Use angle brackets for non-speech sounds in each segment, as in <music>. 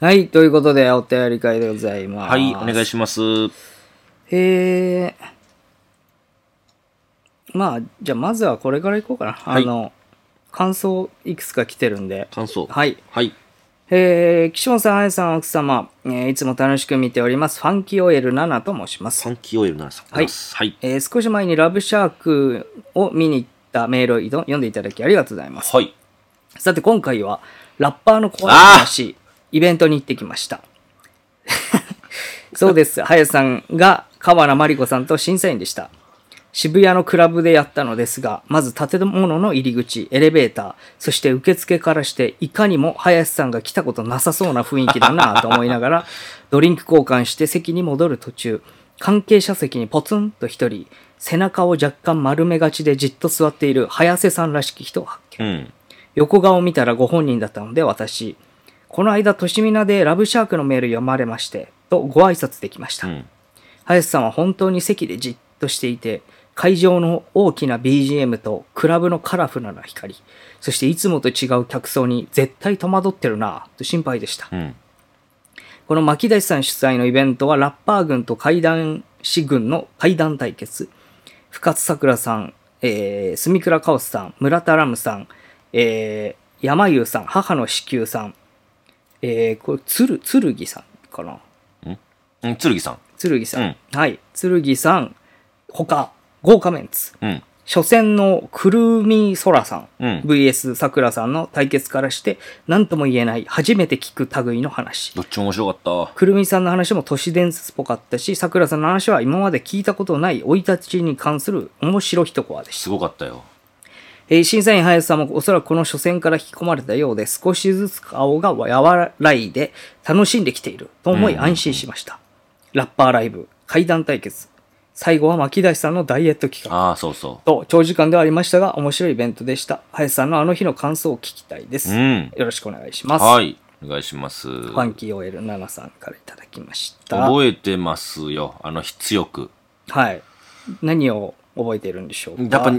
はい、ということで、お便り会でございます。はい、お願いまします。す。えー、まあ、じゃあ、まずはこれからいこうかな。はいあの、感想いくつか来てるんで。感想。はい。はい。えー、岸本さん、あやさん、奥様、えーいつも楽しく見ております。ファンキー OL7 と申します。サンキーオイルなさん。はいはい。えー少し前にラブシャークを見に行ったメールをいど読んでいただきありがとうございます。はい。さて今回はラッパーの怖い話、イベントに行ってきました。 <laughs> そうです。林さんが河原真理子さんと審査員でした。渋谷のクラブでやったのですが、まず建物の入り口、エレベーター、そして受付からして、いかにも林さんが来たことなさそうな雰囲気だなと思いながら、ドリンク交換して席に戻る途中、関係者席にポツンと一人、背中を若干丸めがちでじっと座っている林瀬さんらしき人を発見。うん。横顔を見たらご本人だったので私、この間、としみなでラブシャークのメール読まれまして、とご挨拶できましうた。ん。林さんは本当に席でじっとしていて、会場の大きな BGM とクラブのカラフルな光、そしていつもと違う客層に絶対戸惑ってるなぁと心配でした。うん。この牧大さん主催のイベントはラッパー軍と怪談師軍の怪談対決。深津さくらさん、えー、住倉カオスさん、村田ラムさん、えー、山優さん、母の子宮さん、えー、これ、つる、つるぎさんかなうん。つるぎさん。つるぎさん。うんはい。つるぎさん、他、豪華メンツ。うん。初戦のくるみそらさん、うん VS さくらさんの対決からして、何とも言えない、初めて聞く類の話。どっちも面白かっくるみさんの話も都市伝説っぽかったし、さくらさんの話は今まで聞いたことない生い立ちに関する面白一コアでた。した。すごかったよ。えー審査員林さんもおそらくこの初戦から引き込まれたようで、少しずつ顔が和らいで楽しんできていると思い安心しました。ラッパーライブ、怪談対決、最後は巻き出しさんのダイエット企画。ああ、そうそと長時間ではありましたが面白いイベントでした。林さんのあの日の感想を聞きたいです。う。うよん。ろしくお願いします。はい。お願いします。ファンキー OL7 さんからいただきました。覚えてますよ。あの、強く。はい。何を覚えてるんでしょうか。やっぱ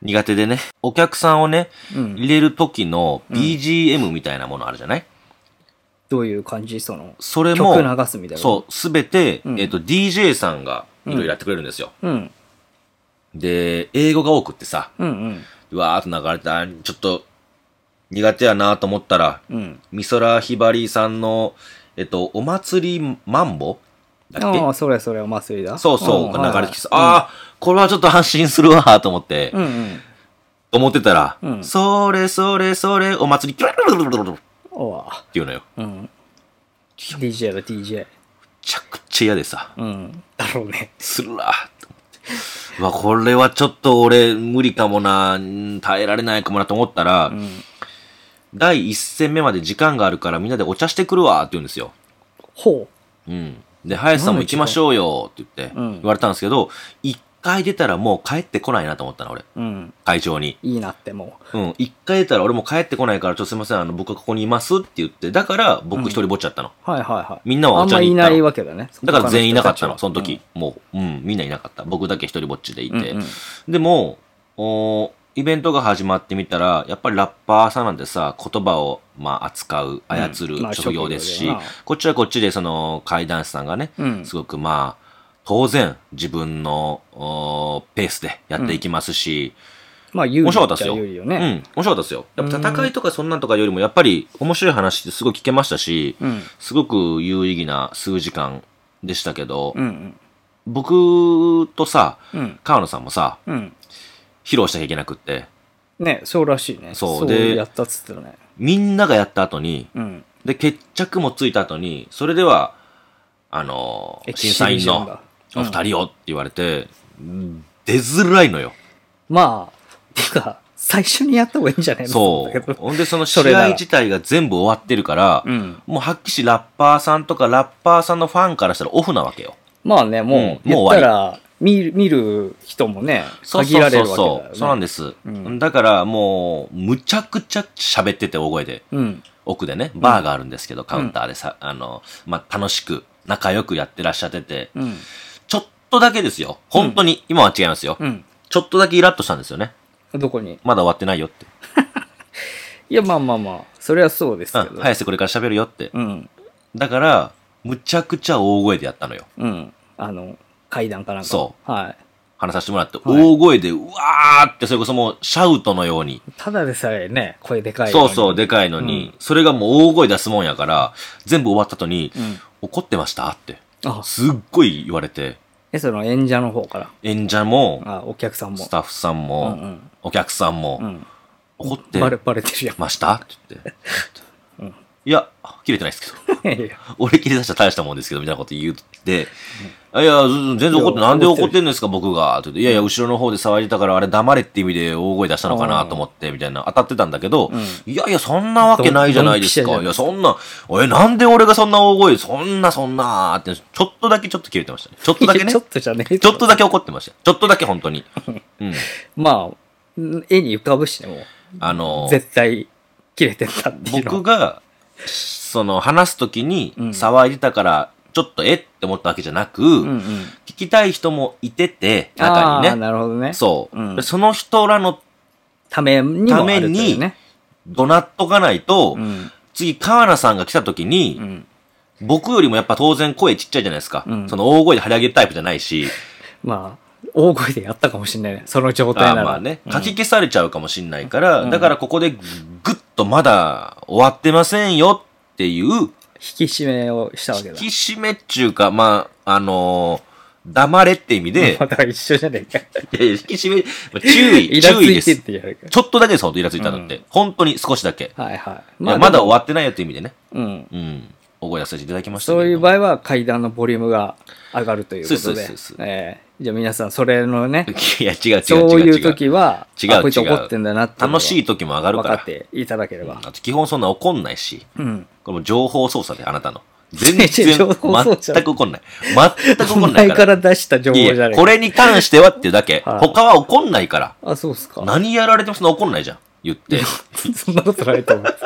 苦手でね。お客さんをね、うん入れる時の BGM みたいなものあるじゃないどういう感じその、それも、曲流すみたいな。そう、すべて、うんえっと、DJ さんがいろいろやってくれるんですよ。う。うん。で、英語が多くってさ、うんうん。うわーっと流れて、あちょっと苦手やなと思ったら、うん。美空ひばりさんの、えっと、お祭りマンボだっあけあ、それそれお祭りだ。そうそう、ん流れてきて、ああ、これはちょっと安心するわーと思って、うんうん。思ってたら、うんそれそれそれ、お祭り、キュルルルルルルルっておわ。言うのよ。うん。DJ だ、DJ。めちゃくちゃ嫌でさ、うん。だろうね。するわーって思って。うわ、これはちょっと俺、無理かもな、うん耐えられないかもなと思ったら、うん。第一戦目まで時間があるからみんなでお茶してくるわって言うんですよ。ほうん。で、林さんも行きましょうよって言って、うん言われたんですけど、一回出たらもう帰ってこないなと思ったの、俺。う。うん。会場に。いいなってもうん。一回出たら俺もう帰ってこないから、ちょっとすいません、あの、僕はここにいますって言って、だから僕一人ぼっちゃったの。う。はいはいはい。みんなはあおん茶まにい行ったなのいわけだね。だから全員いなかったの、他その人たちは時。。もう、うん、みんないなかった。僕だけ一人ぼっちでいて。うんうんうんでも、おーイベントが始まってみたら、やっぱりラッパーさんなんてさ、言葉を、まあ、扱う、操うんまある職業ですし、職業だよなこっちはこっちで、その、怪談師さんがね、うんすごく、まあ、当然、自分の、おーペースでやっていきますし、まあ、有利面っち白かったでゃすよ。有利ようん、ね。面白かったですよ。やっぱ戦いとかそんなんとかよりも、やっぱり面白い話ってすごい聞けましたし、うん。すごく有意義な数時間でしたけど、うん僕とさ、うん。うん。川野さんもさ、うん。披露しなきゃいけなくって、ね、そうらしいね。そうで。でやったっつってたね。みんながやった後に、うん。で、決着もついた後に、それでは、あのエ、キシ審ビジョ査ン員のだお二人をって言われて、うん出づらいのよ。まあ、ていうか、最初にやった方がいいんじゃないのそだけどう。ほんで、そのそ試れなら合自体が全部終わってるから、うん。もうはっきしラッパーさんとかラッパーさんのファンからしたらオフなわけよ。まあね、もう、うんもう言っ終わたりら、見る、見る人もね、そう限そらうれそるうわけだよそね。う。そうなんです。うんだからもう、むちゃくちゃ喋ってて大声で。うん。奥でね、バーがあるんですけど、カウンターでさ、あの、まあ、楽しく、仲良くやってらっしゃってて、うん。ちょっとだけですよ。本当に、今は違いますよ、うん。ちょっとだけイラッとしたんですよね。どこにまだ終わってないよって。いや、まあまあまあ、それはそうですけうん、ど。早瀬これから喋るよってうん。だから、むちゃくちゃ大声でやったのよ。うん。あの、階段かなんか。。そうはい。話させてもらって、はい大声で、うわーって、それこそもう、シャウトのように。ただでさえね、声でかいのそに。うそう、でかいのに、それがもう大声出すもんやから、全部終わった後に、怒ってましたって、あ、すっごい言われて、え、その演者の方から。演者も、あ、お客さんもス。タッフさんうんも、うん。お客さんも、うん。怒ってバレ、バレてるやましたって言って。いや、切れてないですけど。ん。いやいや <laughs> 俺切れ出したら大したもんですけど、みたいなこと言って、あいや、ず全然怒って、なんで怒ってんですか、僕が。って言っていやいや、後ろの方で騒いでたから、あれ黙れって意味で大声出したのかなと思って、みたいな、当たってたんだけど、いやいや、そんなわけないじゃないですドンか。いドンや、ピシそんな、え、なんで俺がそんな大声、そんなそんなって、ちょっとだけちょっと切れてましたね。ちょっとだけね。 <laughs> ちちょょっとじゃねえっとだけ怒ってました。ちょっとだけ本 <laughs> 当に。うん。まあ、うん絵に浮かぶしね、もあのう。絶対、切れてたっていうのは僕が、その話すときにうん騒いでたから、ちょっとえって思ったわけじゃなく、うんうん。聞きたい人もいてて、あ中にーね。なるほどね。そう、うんでその人らのためにもあるというね。怒鳴っとかないと、うん。次、川名さんが来た時に、うん。僕よりもやっぱ当然声ちっちゃいじゃないですか。うんその大声で張り上げるタイプじゃないし、まあ、大声でやったかもしれないね。その状態あなら。ーまあね、うん書き消されちゃうかもしれないから、うんだからここでぐっとまだ終わってませんよっていう引き締めをしたわけだ。引き締めっちゅうか、まあ、あのー黙れって意味で、 <laughs> また一緒じゃねえか。い <laughs> やいや引き締め、まあ注 <laughs> 意、イラつ注意でいてっす。てやるかちょっとだけです、ほんとイラついたんだって。う本当に少しだけ。ら。はいはい。いやまだ終わわってないよって意味でね。うん。うん。お声出させていただきましたけどそういう場合は階段のボリュームが上がるということで。そうそうそうそうええじゃあ皆さん、それのね、いや、違う違う違う違う。そういう時は、違う違うあこいつ怒ってんだなって。楽しいい時も上のがるがか分ら。かっていただければ。あと基本そんな怒んないし。うん。これも情報操作で、あなたの。全然、情報操作全く怒んない。<laughs> 全くお怒んな前いか。からら出した情報いじやゃいねやえかこれに関してはっていうだけ。はい他は怒んないから。あ、そうっすか。何やられてもそんな怒んないじゃん。言って。 <laughs> そんなことないと思う。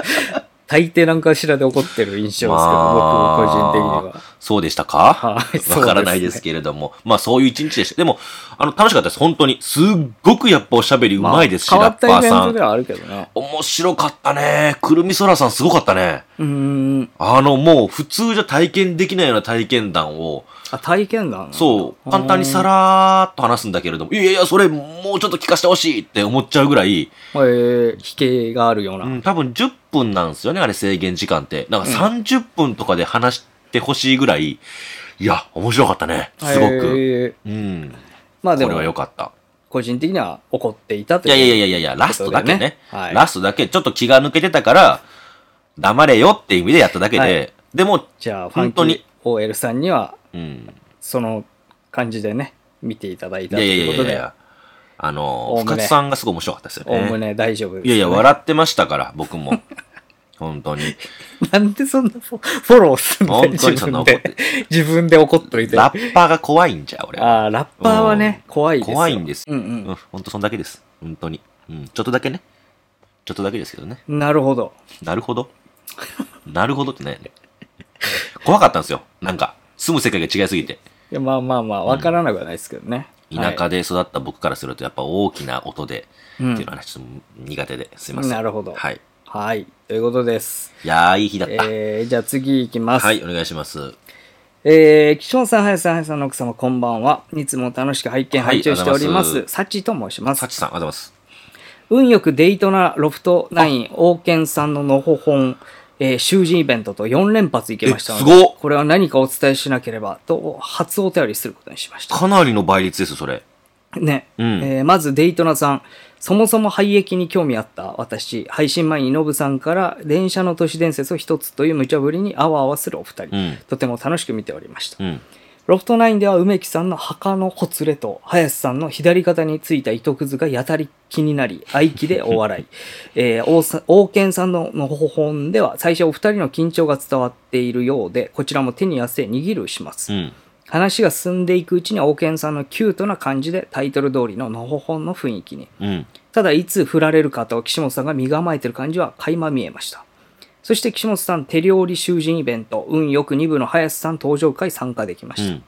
大抵なんかしらで怒ってる印象ですけど、まあ僕個人的には。そうでしたかはいそわうですねからないですけれども。まあそういう一日でした。でも、あの、楽しかったです。本当に。すっごくやっぱおしゃべりうまいですし、まあラッ変わパったイベーンさトでん。はあるけどね。面白かったね。くるみそらさんすごかったね。うーん。あの、もう普通じゃ体験できないような体験談を、あ、体験談そう、簡単にさらーっと話すんだけれども、いやいや、それもうちょっと聞かせてほしいって思っちゃうぐらい、えー、引けがあるような。うん、多分10分なんですよね、あれ制限時間って。なんか30分とかで話してほしいぐらい、いや、面白かったね。すごえく。ーうん。まあでこれはも良、かった。個人的には怒っていたといいう。やいやいやいやいや、ラストだけね。はいラストだけ、ちょっと気が抜けてたから、黙れよって意味でやっただけで、はいでも、じゃあ、ファン本キ当ーに OL さんには、うん。その感じでね、見ていただいいたとやいやいいうやこといやいで、や、あの、おおむね深津さんがすごい面白かったですよおおむね。ね大丈夫です、いやいや、笑ってましたから、<laughs> 僕も。本当に。なんでそんなフォフォローすんの本当に自そんな分怒っで <laughs> て。自分で怒っといて。ラッパーが怖いんじゃ、俺。ああ、ラッパーはね、怖いですよ。怖いんです。ううんん、本当そんだけです。本当に。うん、ちょっとだけね。ちょっとだけですけどね。うん。なるほど。なる <laughs> ほど。なるほどって何やねん怖かったんですよ。なんか、住む世界が違いすぎて。いやまあまあまあ、わからなくはないですけどね。田は舎で育った僕からすると、やっぱ大きな音で、い、うんっていうのはねちょっと苦手ですいません。なるほどはい。はい。ということです。いやー、いい日だった。えー、じゃあ次行きます。はい、お願いします。えー、岸本さん、林さん、林さんの奥様、こんばんは。いつも楽しく拝見、は拝い聴しておりまあす。りがとうございまサチと申しまサす。チさん、ありがとうござい運よくデイトナロフトナイン、王健さんののほほん、えー、囚人イベントと4連発行けましたので、えすごっこれは何かお伝えしなければと、初お便りすることにしましたます。。かなりの倍率です、それ。ね、うんえーまずデイトナさんそもそも廃駅に興味あった私配信前にノブさんから電車の都市伝説を一つという無茶ぶりにあわあわするお二人、うんとても楽しく見ておりました、うん。ロフトナインでは梅木さんの墓のほつれと林さんの左肩についた糸くずがやたり気にな <laughs> り愛機でお笑い、えー王さ王健さんののほほんでは最初お二人の緊張が伝わっているようでこちらも手に汗握るします、うん。話が進んでいくうちに王健さんのキュートな感じでタイトル通りののほほんの雰囲気にうん。ただいつ振られるかと岸本さんが身構えてる感じは垣間見えましたそして岸本さん手料理囚人イベント運よく2部の林さん登場会参加できまうした、ん。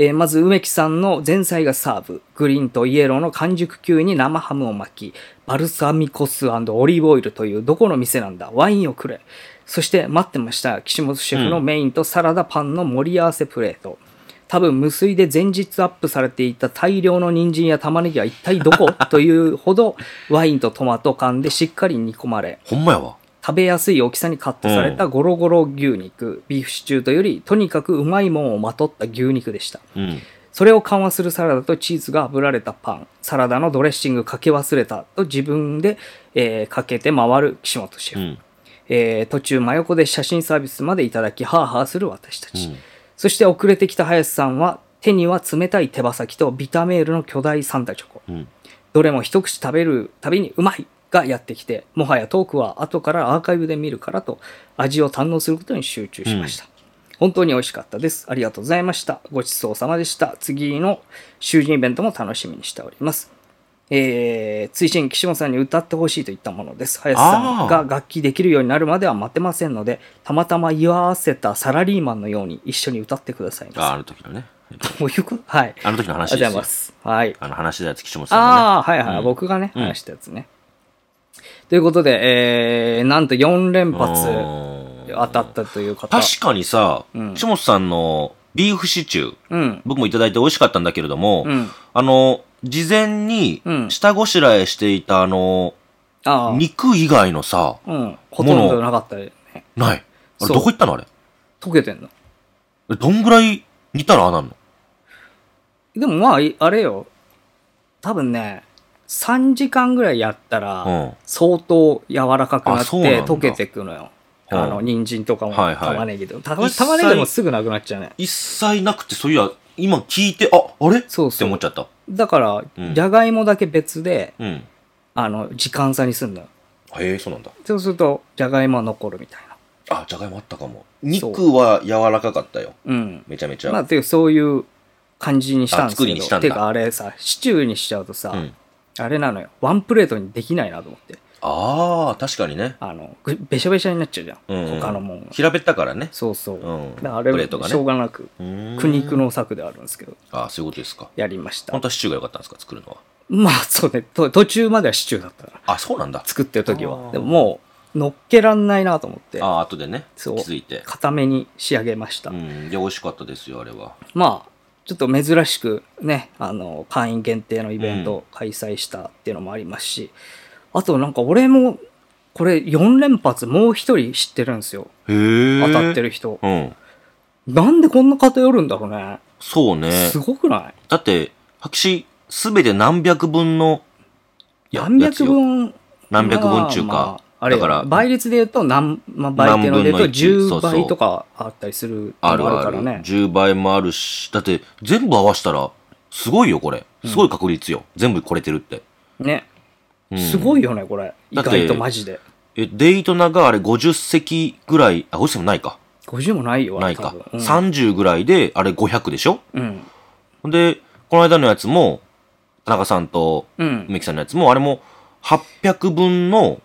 えーまず梅木さんの前菜がサーブグリーンとイエローの完熟球に生ハムを巻きバルサミコ酢オリーブオイルというどこの店なんだワインをくれそして待ってました岸本シェフのメインとサラダパンの盛り合わせプレート、多分無水で前日アップされていた大量の人参や玉ねぎは一体どこ <laughs> というほどワインとトマト缶でしっかり煮込まれほんまやわ。食べやすい大きさにカットされたゴロゴロ牛肉、ビーフシチューとよりとにかくうまいもんをまとった牛肉でしたうん。それを緩和するサラダとチーズが炙られたパン、サラダのドレッシングかけ忘れたと自分で、えーかけて回る岸本シェうフ、ん。えー途中真横で写真サービスまでいただき、ハーハーする私たち。うんそして遅れてきた林さんは、手には冷たい手羽先とビタメールの巨大サンタチョコ。うん。どれも一口食べるたびにうまいがやってきて、もはやトークは後からアーカイブで見るからと、味を堪能することに集中しました。本当に美味しかったです。ありがとうございました。ごちそうさまでした。次の囚人イベントも楽しみにしております。えー、追伸岸本さんに歌ってほしいといったものです。林さんが楽器できるようになるまでは待てませんので、たまたま居合わせたサラリーマンのように一緒に歌ってくださいませ。あ、あの時のね。どういうことはい。あの時の話ありでがすとうございまよ。す。はい。あの話だやつ、岸本さんがね。ああ、はいはい、うん僕がね、うん話したやつね。ということで、えー、なんと4連発うん当たったという方。確かにさ、うん岸本さんのビーフシチュー、うん。僕もいただいて美味しかったんだけれども、うん。あの、事前にうん下ごしらえしていたあの、ああ。肉以外のさ、うん。ほとんどなかったよね。ない。あれそうどこ行ったのあれ。溶けてんの。えどんぐらい煮たらああなんのでもまあ、いあれよ。多分ね、3時間ぐらいやったら、うん。相当柔らかくなあっそうなんてだ溶けてくのよ。うんあの、人参とかも、はいはい玉ねぎとか。た一切玉ねぎもすぐなくなっちゃうね。一切なくて、そういや、今聞いて、あ、あれそうってそ思っうち。ゃった。だから、うんじゃがいもだけ別で、うん。へあの、時間差にすんのよ。え、そうなんだ。そうすると、じゃがいもは残るみたいな。あ、じゃがいもあったかも。肉は柔らかかったよ。うん。めちゃめちゃ。まあ、ていうそういう感じにしたんですあ作けりど。にしたんだていうか、あれさ、シチューにしちゃうとさ、うん、あれなのよ。ワンプレートにできないなと思って。ああ、確かにね。あの、ぐべしゃべしゃになっちゃうじゃん。うんうん他のもんが。平べったからね。そうそう。うん。だからあれプレはートがしょうね。がなく、うーん苦肉。の策ではあるんですけど、ああ、そういうことですか。やりました本。当はシチューが良かったんですか、作るのは。まあ、そうね。と途中まではシチューだったから。あ、そうなんだ。作ってる時はあ。ーでももう、乗っけらんないなと思ってあ、あ、後でね、気そうづいて。固めに仕上げましたう。ん。いや、美味しかったですよ、あれは。まあ、ちょっと珍しくね、あの、会員限定のイベントを開催したっていうのもありますし、あとなんか俺も、これ4連発もう一人知ってるんですよ。へえ当たってる。る人。うん。なんでこんな偏るんだろうね。そうねす。ごくないだって、白紙、すべて何百分の、や何やつ百よ分。何百分中まあかま。ああれだから、倍率で言うと何、まあ、倍点ので言うと何分の一10そうそう倍とかあったりするのあるもああるかる。らね。 10倍もあるし、だって全部合わせたら、すごいよ、これ。すごい確率よ。全部これてるって。ね。うんすごいよね、これ。意だって外とマジで。え、デイトナがあれ50席ぐらい、あ、50席もないか。 50もないよ、あなれいか。多分30ぐらいで、あれ500でしょうん。うん。で、この間のやつも、田中さんとうん。梅木さんのやつも、あれも800分の、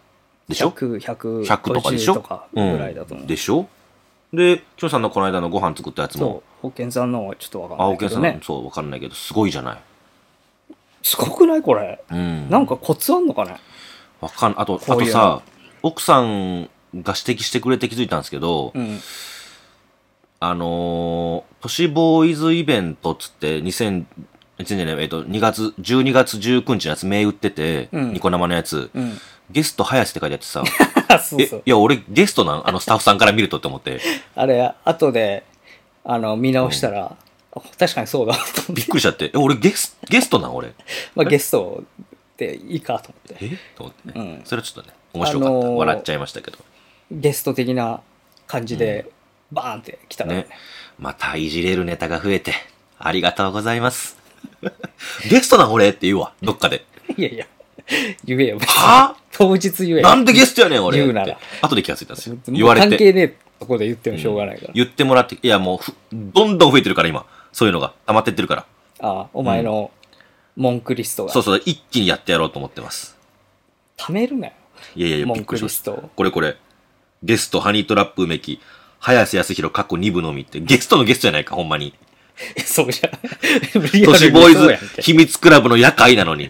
でしょ100、100、 100とかでしょ50とかぐらいだと思う。んでしょで、きょさんのこの間のご飯作ったやつそも、う、保険さんのはちょっとわかんな青いけ木どさん、ね。そう、わかんないけど、すごいじゃない。すごくないこれ。うん。なんかコツあんのかね <laughs> わかんあと、あうというのさ、奥さんが指摘してくれて気づいたんですけど、うん。あのー、都市ボーイズイベントっつって、2000、2000じゃないえっと、2月、12月19日のやつ、銘打ってて、うんニコ生のやつ、うん。ゲスト、林って書いてあってさ、 <laughs> そうえ、そうい。や、俺、ゲストなんあの、スタッフさんから見るとって思 <laughs> って、あれ、後で、あの、見直したら、確かにそうだと思ってびっくりしちゃって、え、俺、ゲス、ゲストなん俺。まあ、ゲストでいいかと思って。えと思ってね、うんそれはちょっとね、面白かった。あのー笑っちゃいましたけど。ゲスト的な感じで、バーンって来たらねね。。またいじれるネタが増えて、ありがとうござ <laughs> います。ゲストなん俺って言うわ、どっかで。 <laughs> いやいや、言えよ。は当日言えよ。なんでゲストやねん俺。言うならって後で気がついたんですよ。もう言われ関て。係ねえとこで言ってもしょうがないから。言ってもらって、いやもうふ、どんどん増えてるから今。そういうのが。溜まってってるから。ああ、お前の文句リストがそう。そう、一気にやってやろうと思ってます。貯めるなよ。 <laughs> いやいやいや、びっ文く句りしリまスしトた。を。これこれ。ゲスト、ハニートラップ梅木、早瀬康弘、過去2部のみって、ゲストのゲストじゃないか、ほんまに。そうじゃん。リア <laughs> 都ル市にボーイそうズやんけ秘密クラブの夜会なのに。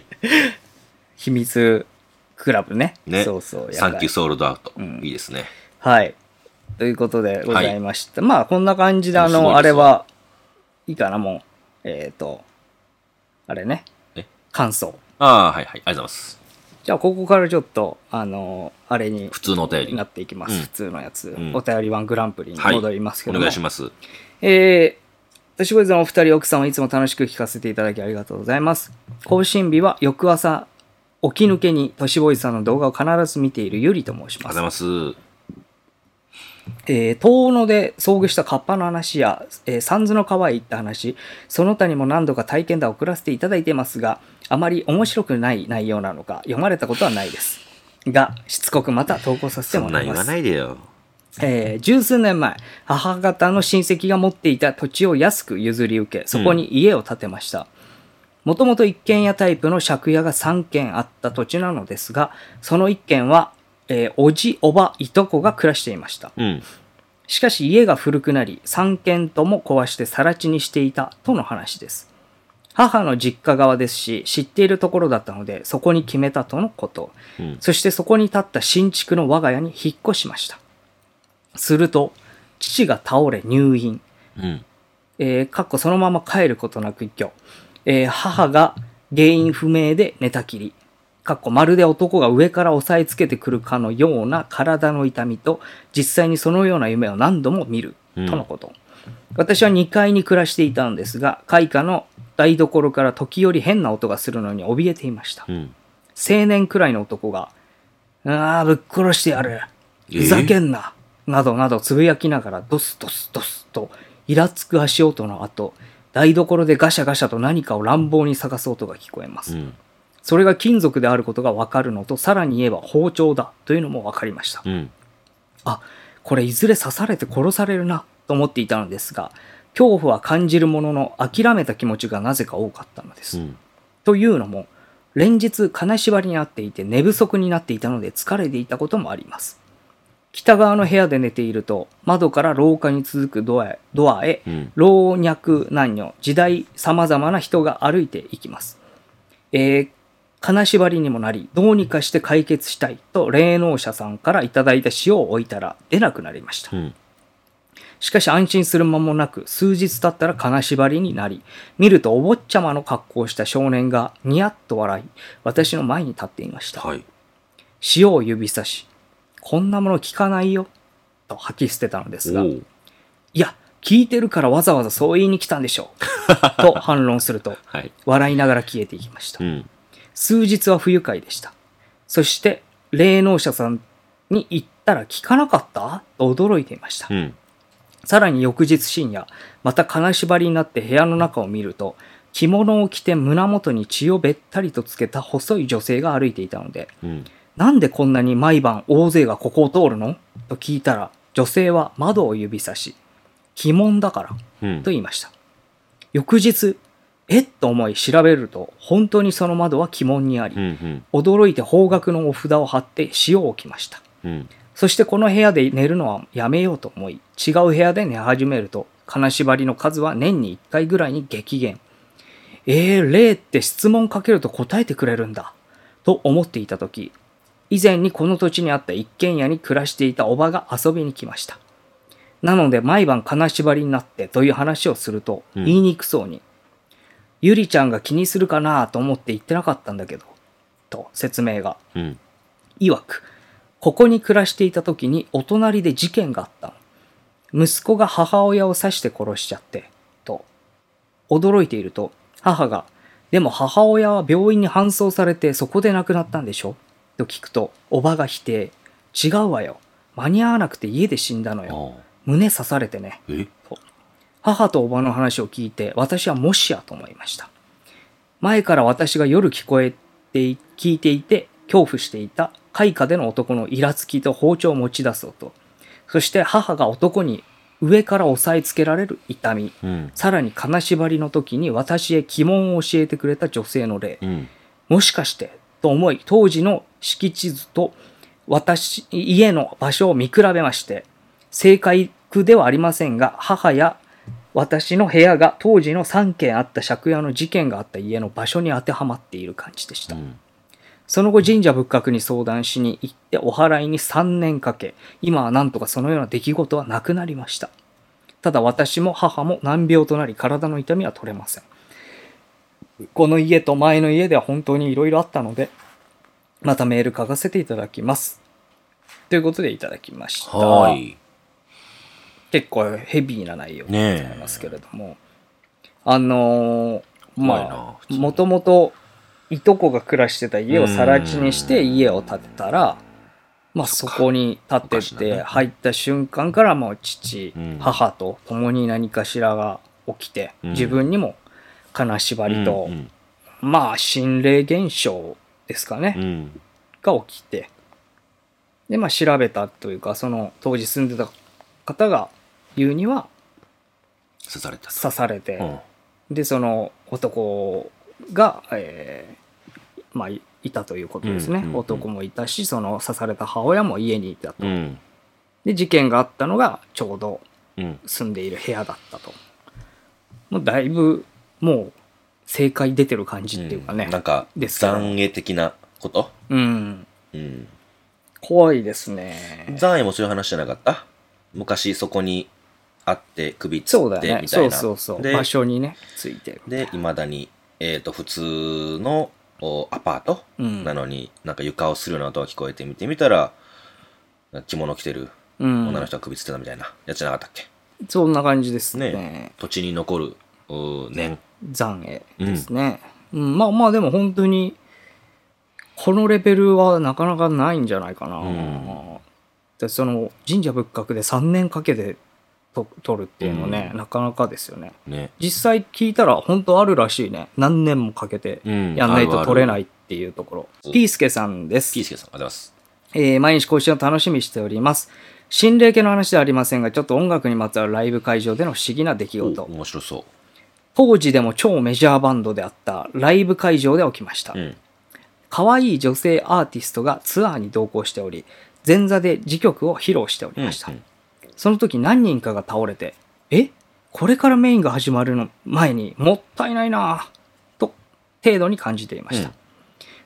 秘密クラブね。ね。そうそう。サンキューソールドアウト。んいいですね。はい。ということでございました。まあ、こんな感じで、あすごいですの、よあれは、いいかな、もう。えっ、と、あれねえ。感想。ああ、はいはい。ありがとうございます。じゃあ、ここからちょっと、あの、あれに普通のお便りな。っていきます。うん普通のやつ、んお便りワングランプリにはい。戻りますけども、お願いします。えー、私こいつのお二人、奥さんをいつも楽しく聞かせていただきありがとうございます。更新日は翌朝、起き抜けに、としボーイさんの動画を必ず見ているゆりと申しますありが。とうございます。えー遠野で遭遇したカッパの話や、えー、サンズの川へ行った話、その他にも何度か体験談を送らせていただいてますが、あまり面白くない内容なのか、読まれたことはないです。が、しつこくまた投稿させてそもんらないんま言す。わないでよ。えー十数年前、母方の親戚が持っていた土地を安く譲り受け、そこに家を建てました。もともと一軒家タイプの借家が3軒あった土地なのですが、その1軒は、えーおじ、おば、いとこが暮らしていました。うん。しかし家が古くなり3軒とも壊して更地にしていたとの話です母の実家側ですし知っているところだったのでそこに決めたとのこと、うんそしてそこに建った新築の我が家に引っ越しましたすると父が倒れ入院うん。えー、かっこそのまま帰ることなく一挙、えー母が原因不明で寝たきり、かっこまるで男が上から押さえつけてくるかのような体の痛みと、実際にそのような夢を何度も見る、とうんのこと。私は2階に暮らしていたんですが、開花の台所から時折変な音がするのに怯えていましたう。ん。青年くらいの男が、ああ、ぶっ殺してやる。えーふざけんな。などなどつぶやきながら、ドスドスドスと、イラつく足音の後、台所でガシャガシャと何かを乱暴に探す音が聞こえます。うん。それが金属であることがわかるのと、さらに言えば包丁だというのもわかりました。うん。あ、これいずれ刺されて殺されるなと思っていたのですが、恐怖は感じるものの諦めた気持ちがなぜか多かったのです。うん。というのも、連日金縛りになっていて寝不足になっていたので疲れていたこともあります。北側の部屋で寝ていると、窓から廊下に続くドアへ、ドアへうん。老若男女、時代様々な人が歩いていきます。えー金縛りにもなり、どうにかして解決したいと霊能者さんからいただいた塩を置いたら出なくなりましたう。ん。しかし安心する間もなく、数日経ったら金縛りになり、見るとお坊ちゃまの格好をした少年がニヤッと笑い、私の前に立っていました。はい。塩を指さし、こんなもの聞かないよ、と吐き捨てたのですおが、う。いや、聞いてるからわざわざそう言いに来たんでしょ <laughs> う。と反論すると、はい。笑いながら消えていきましたう。ん。数日は不愉快でした。そして、霊能者さんに行ったら聞かなかったと驚いていましたう。ん。さらに翌日深夜、また金縛りになって部屋の中を見ると、着物を着て胸元に血をべったりとつけた細い女性が歩いていたので、うん。なんでこんなに毎晩大勢がここを通るのと聞いたら、女性は窓を指さし、鬼門だから、うんと。言いました。翌日、えっと思い調べると、本当にその窓は鬼門にあり、うん。うん。驚いて方角のお札を貼って塩を置きました。うん。そしてこの部屋で寝るのはやめようと思い、違う部屋で寝始めると、金縛りの数は年に1回ぐらいに激減。えー、霊って質問かけると答えてくれるんだ。と思っていたとき、以前にこの土地にあった一軒家に暮らしていたおばが遊びに来ました。なので毎晩金縛りになってという話をすると、うん言いにくそうに、ゆりちゃんが気にするかなと思って言ってなかったんだけど、と説明が。うん。曰く、ここに暮らしていた時にお隣で事件があったの。息子が母親を刺して殺しちゃって、と。驚いていると、母が、でも母親は病院に搬送されてそこで亡くなったんでしょと聞くと、おばが否定。違うわよ。間に合わなくて家で死んだのよ。ああ。胸刺されてね。え母とおばの話を聞いて私はもしやと思いました前から私が夜聞こえてい聞いていて恐怖していた開花での男のイラつきと包丁を持ち出す音そして母が男に上から押さえつけられる痛みうん。さらに金縛りの時に私へ鬼門を教えてくれた女性の霊うん。もしかしてと思い当時の敷地図と私家の場所を見比べまして正解区ではありませんが母や私の部屋が当時の3軒あった借家の事件があった家の場所に当てはまっている感じでしうた、ん。その後神社仏閣に相談しに行ってお祓いに3年かけ、今はなんとかそのような出来事はなくなりました。ただ私も母も難病となり体の痛みは取れません。この家と前の家では本当にいろいろあったので、またメール書かせていただきます。ということでいただきました。はい。結構ヘビーな内容でございますけれども、あのー怖いなま普あ通にもともといとこが暮らしてた家を更地にしてうん家を建てたら、まあ、そそっかこに建昔てだねて入った瞬間からもう父、うん母と共に何かしらが起きてうん自分にも金縛りと、うんまあ心霊現象ですかね、うんうんが起きてでまあ調べたというかその当時住んでた方が言うには刺された。刺されて、うんでその男が、えーまあいいたということですね、うんうんうん男もいたしその刺された母親も家にいたと、うん。で事件があったのがちょうどうん。住んでいる部屋だったともうだいぶもう正解出てる感じっていうかねんなんか、ですけど残影的なことうんうん。怖いですね残影もそういう話じゃなかった昔そこにあって首つそうっだてよね。みたそいな。うそうそう。で場所にね、ついてる。で、いまだに、えっ、と、普通のおアパートうんなのに、なんか床をするような音が聞こえて見てみたら、着物着てるうん女の人が首つってたみたいなやつじゃなかったっけ、そんな感じですね。ね土地に残るお年。残影ですね、うんまあまあでも本当に、このレベルはなかなかないんじゃないかな。うんでその神社仏閣で3年かけてと撮るっていうのね、うんなかなかですよね。ね。実際聞いたら本当あるらしいね。何年もかけてうん。やんないと撮れないいっていうところ。うんピースケさんですキー。スケさん、ありがとうございます。えー毎日更新を楽しみにしております。心霊系の話ではありませんが、ちょっと音楽にまつわるライブ会場での不思議な出来お事。面白そ当時でも超メジャーバンドであったライブ会場で起きましたう。う。ん。可愛い女性アーティストがツアーに同行しており、前座で自曲を披露しておりました。うんその時何人かが倒れて、えこれからメインが始まるの前にもったいないなぁと程度に感じていました。うん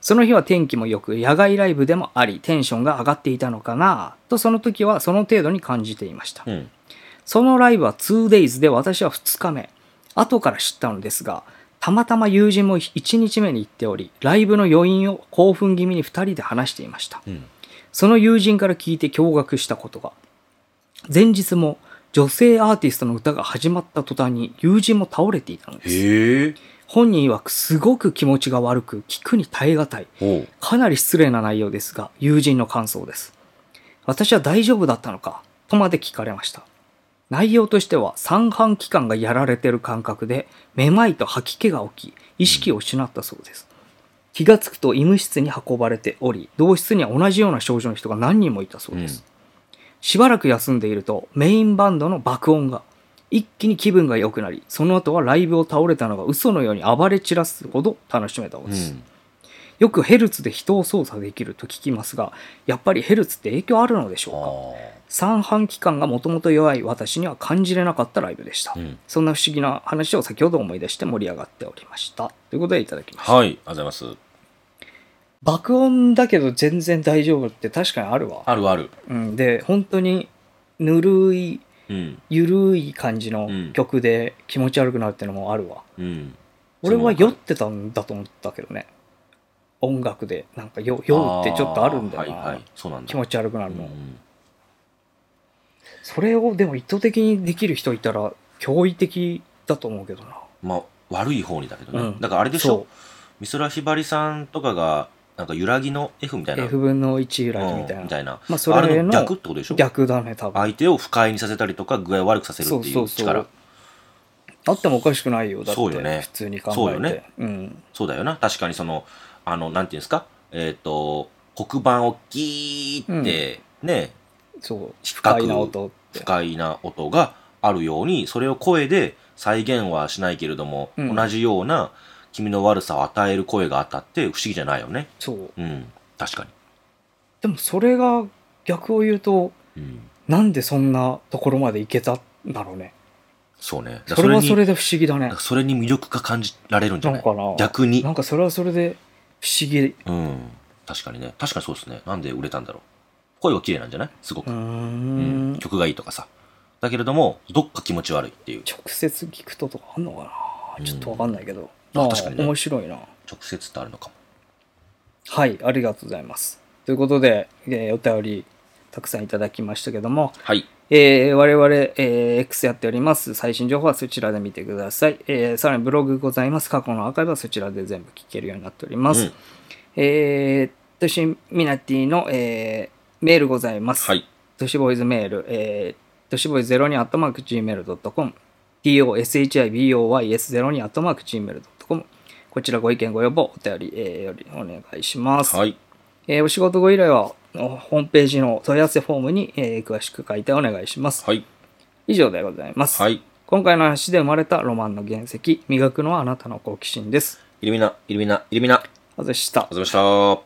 その日は天気も良く、野外ライブでもあり、テンションが上がっていたのかなぁとその時はその程度に感じていました。うん。そのライブは 2days で私は2日目。後から知ったのですが、たまたま友人も1日目に行っており、ライブの余韻を興奮気味に2人で話していました。うん。その友人から聞いて驚愕したことが、前日も女性アーティストの歌が始まった途端に友人も倒れていたのです。へえ。本人曰くすごく気持ちが悪く、聞くに耐え難い。おう。かなり失礼な内容ですが、友人の感想です。私は大丈夫だったのかとまで聞かれました。内容としては、三半規管がやられてる感覚で、めまいと吐き気が起き、意識を失ったそうです。気がつくと医務室に運ばれており、同室には同じような症状の人が何人もいたそうです。しばらく休んでいると、メインバンドの爆音が、一気に気分が良くなり、その後はライブを倒れたのが嘘のように暴れ散らすほど楽しめたそううです。ん。よくヘルツで人を操作できると聞きますが、やっぱりヘルツって影響あるのでしあょうか三半規管がもともと弱い私には感じれなかったライブでした、ーうん。そんな不思議な話を先ほど思い出して盛り上がっておりました。ということでいただきました。はい、ありがとうございます。爆音だけど全然大丈夫って確かにあるわ。あるある。うん、で、本当にぬるい、うん。ゆるい感じのうん曲で気持ち悪くなるってのもあるわ。うん。俺はよ酔ってたんだと思ったけどね。音楽で、なんか酔酔うってちょっとあるんだよな。はいはい。そうなんだ。気持ち悪くなるの、うんそれをでも意図的にできる人いたら驚異的だと思うけどなまあ、悪い方にだけどね。うんだからあれでしそょ美空ひばりさんとかが、なんか揺らぎの F みたいな。 F 分の1由来みたいうんな、みたいな。まあそれのあれの逆ってことでしょ逆だね多分相手を不快にさせたりとか、具合悪くさせるっていう力。そそううそうそうあってもおかしくないよだってそうよね普通に考えてそうよねうん、だよな。確かにその、あの、なんていうんですかえっ、と、黒板をギーって、ね、そう比不較快な音って不快な音があるように、それを声で再現はしないけれども、うん同じような気味の悪さを与える声があったって不思議じゃないよね。そううん、確かでもそれが逆を言うとに。うん、なんでそんなところまでいけたんだろうねそうね。だそれはにそれで不思議だねなんかそれに魅力が感じられるんじゃないなんかな逆にな。んかそれはそれで不思議うん。確かにね。確かにそうですね。なんで売れたんだろう。声は綺麗なんじゃないすごく、うーうんん。曲がいいとかさ。だけれども、どっか気持ち悪いっていう。直接聞くととかあんのかなちょっとわかんないけど、うんあああ確かにね面白いな直接ってあるのかも。はいありがとうございますということで、えーお便りたくさんいただきましたけども、はい。えー我々、えー X やっております。最新情報はそちらで見てください。えーさらにブログございます。過去のアーカイブはそちらで全部聞けるようになっております。うんえー、トシミナティの、えーメールございます。はい。トシボーイズメール、えー、トシボーイズ0にアットマーク Gmail.com、toshiboys0 にアットマーク Gmail.com、こちらご意見ご要望、お便り、えーよりお願いします。はい。えーお仕事ご依頼は、おホームページの問い合わせフォームに、えー詳しく書いてお願いします。はい。以上でございます。はい。今回の話で生まれたロマンの原石、磨くのはあなたの好奇心です。イルミナ、イルミナ、イルミナ。ありがとあざしたうございました。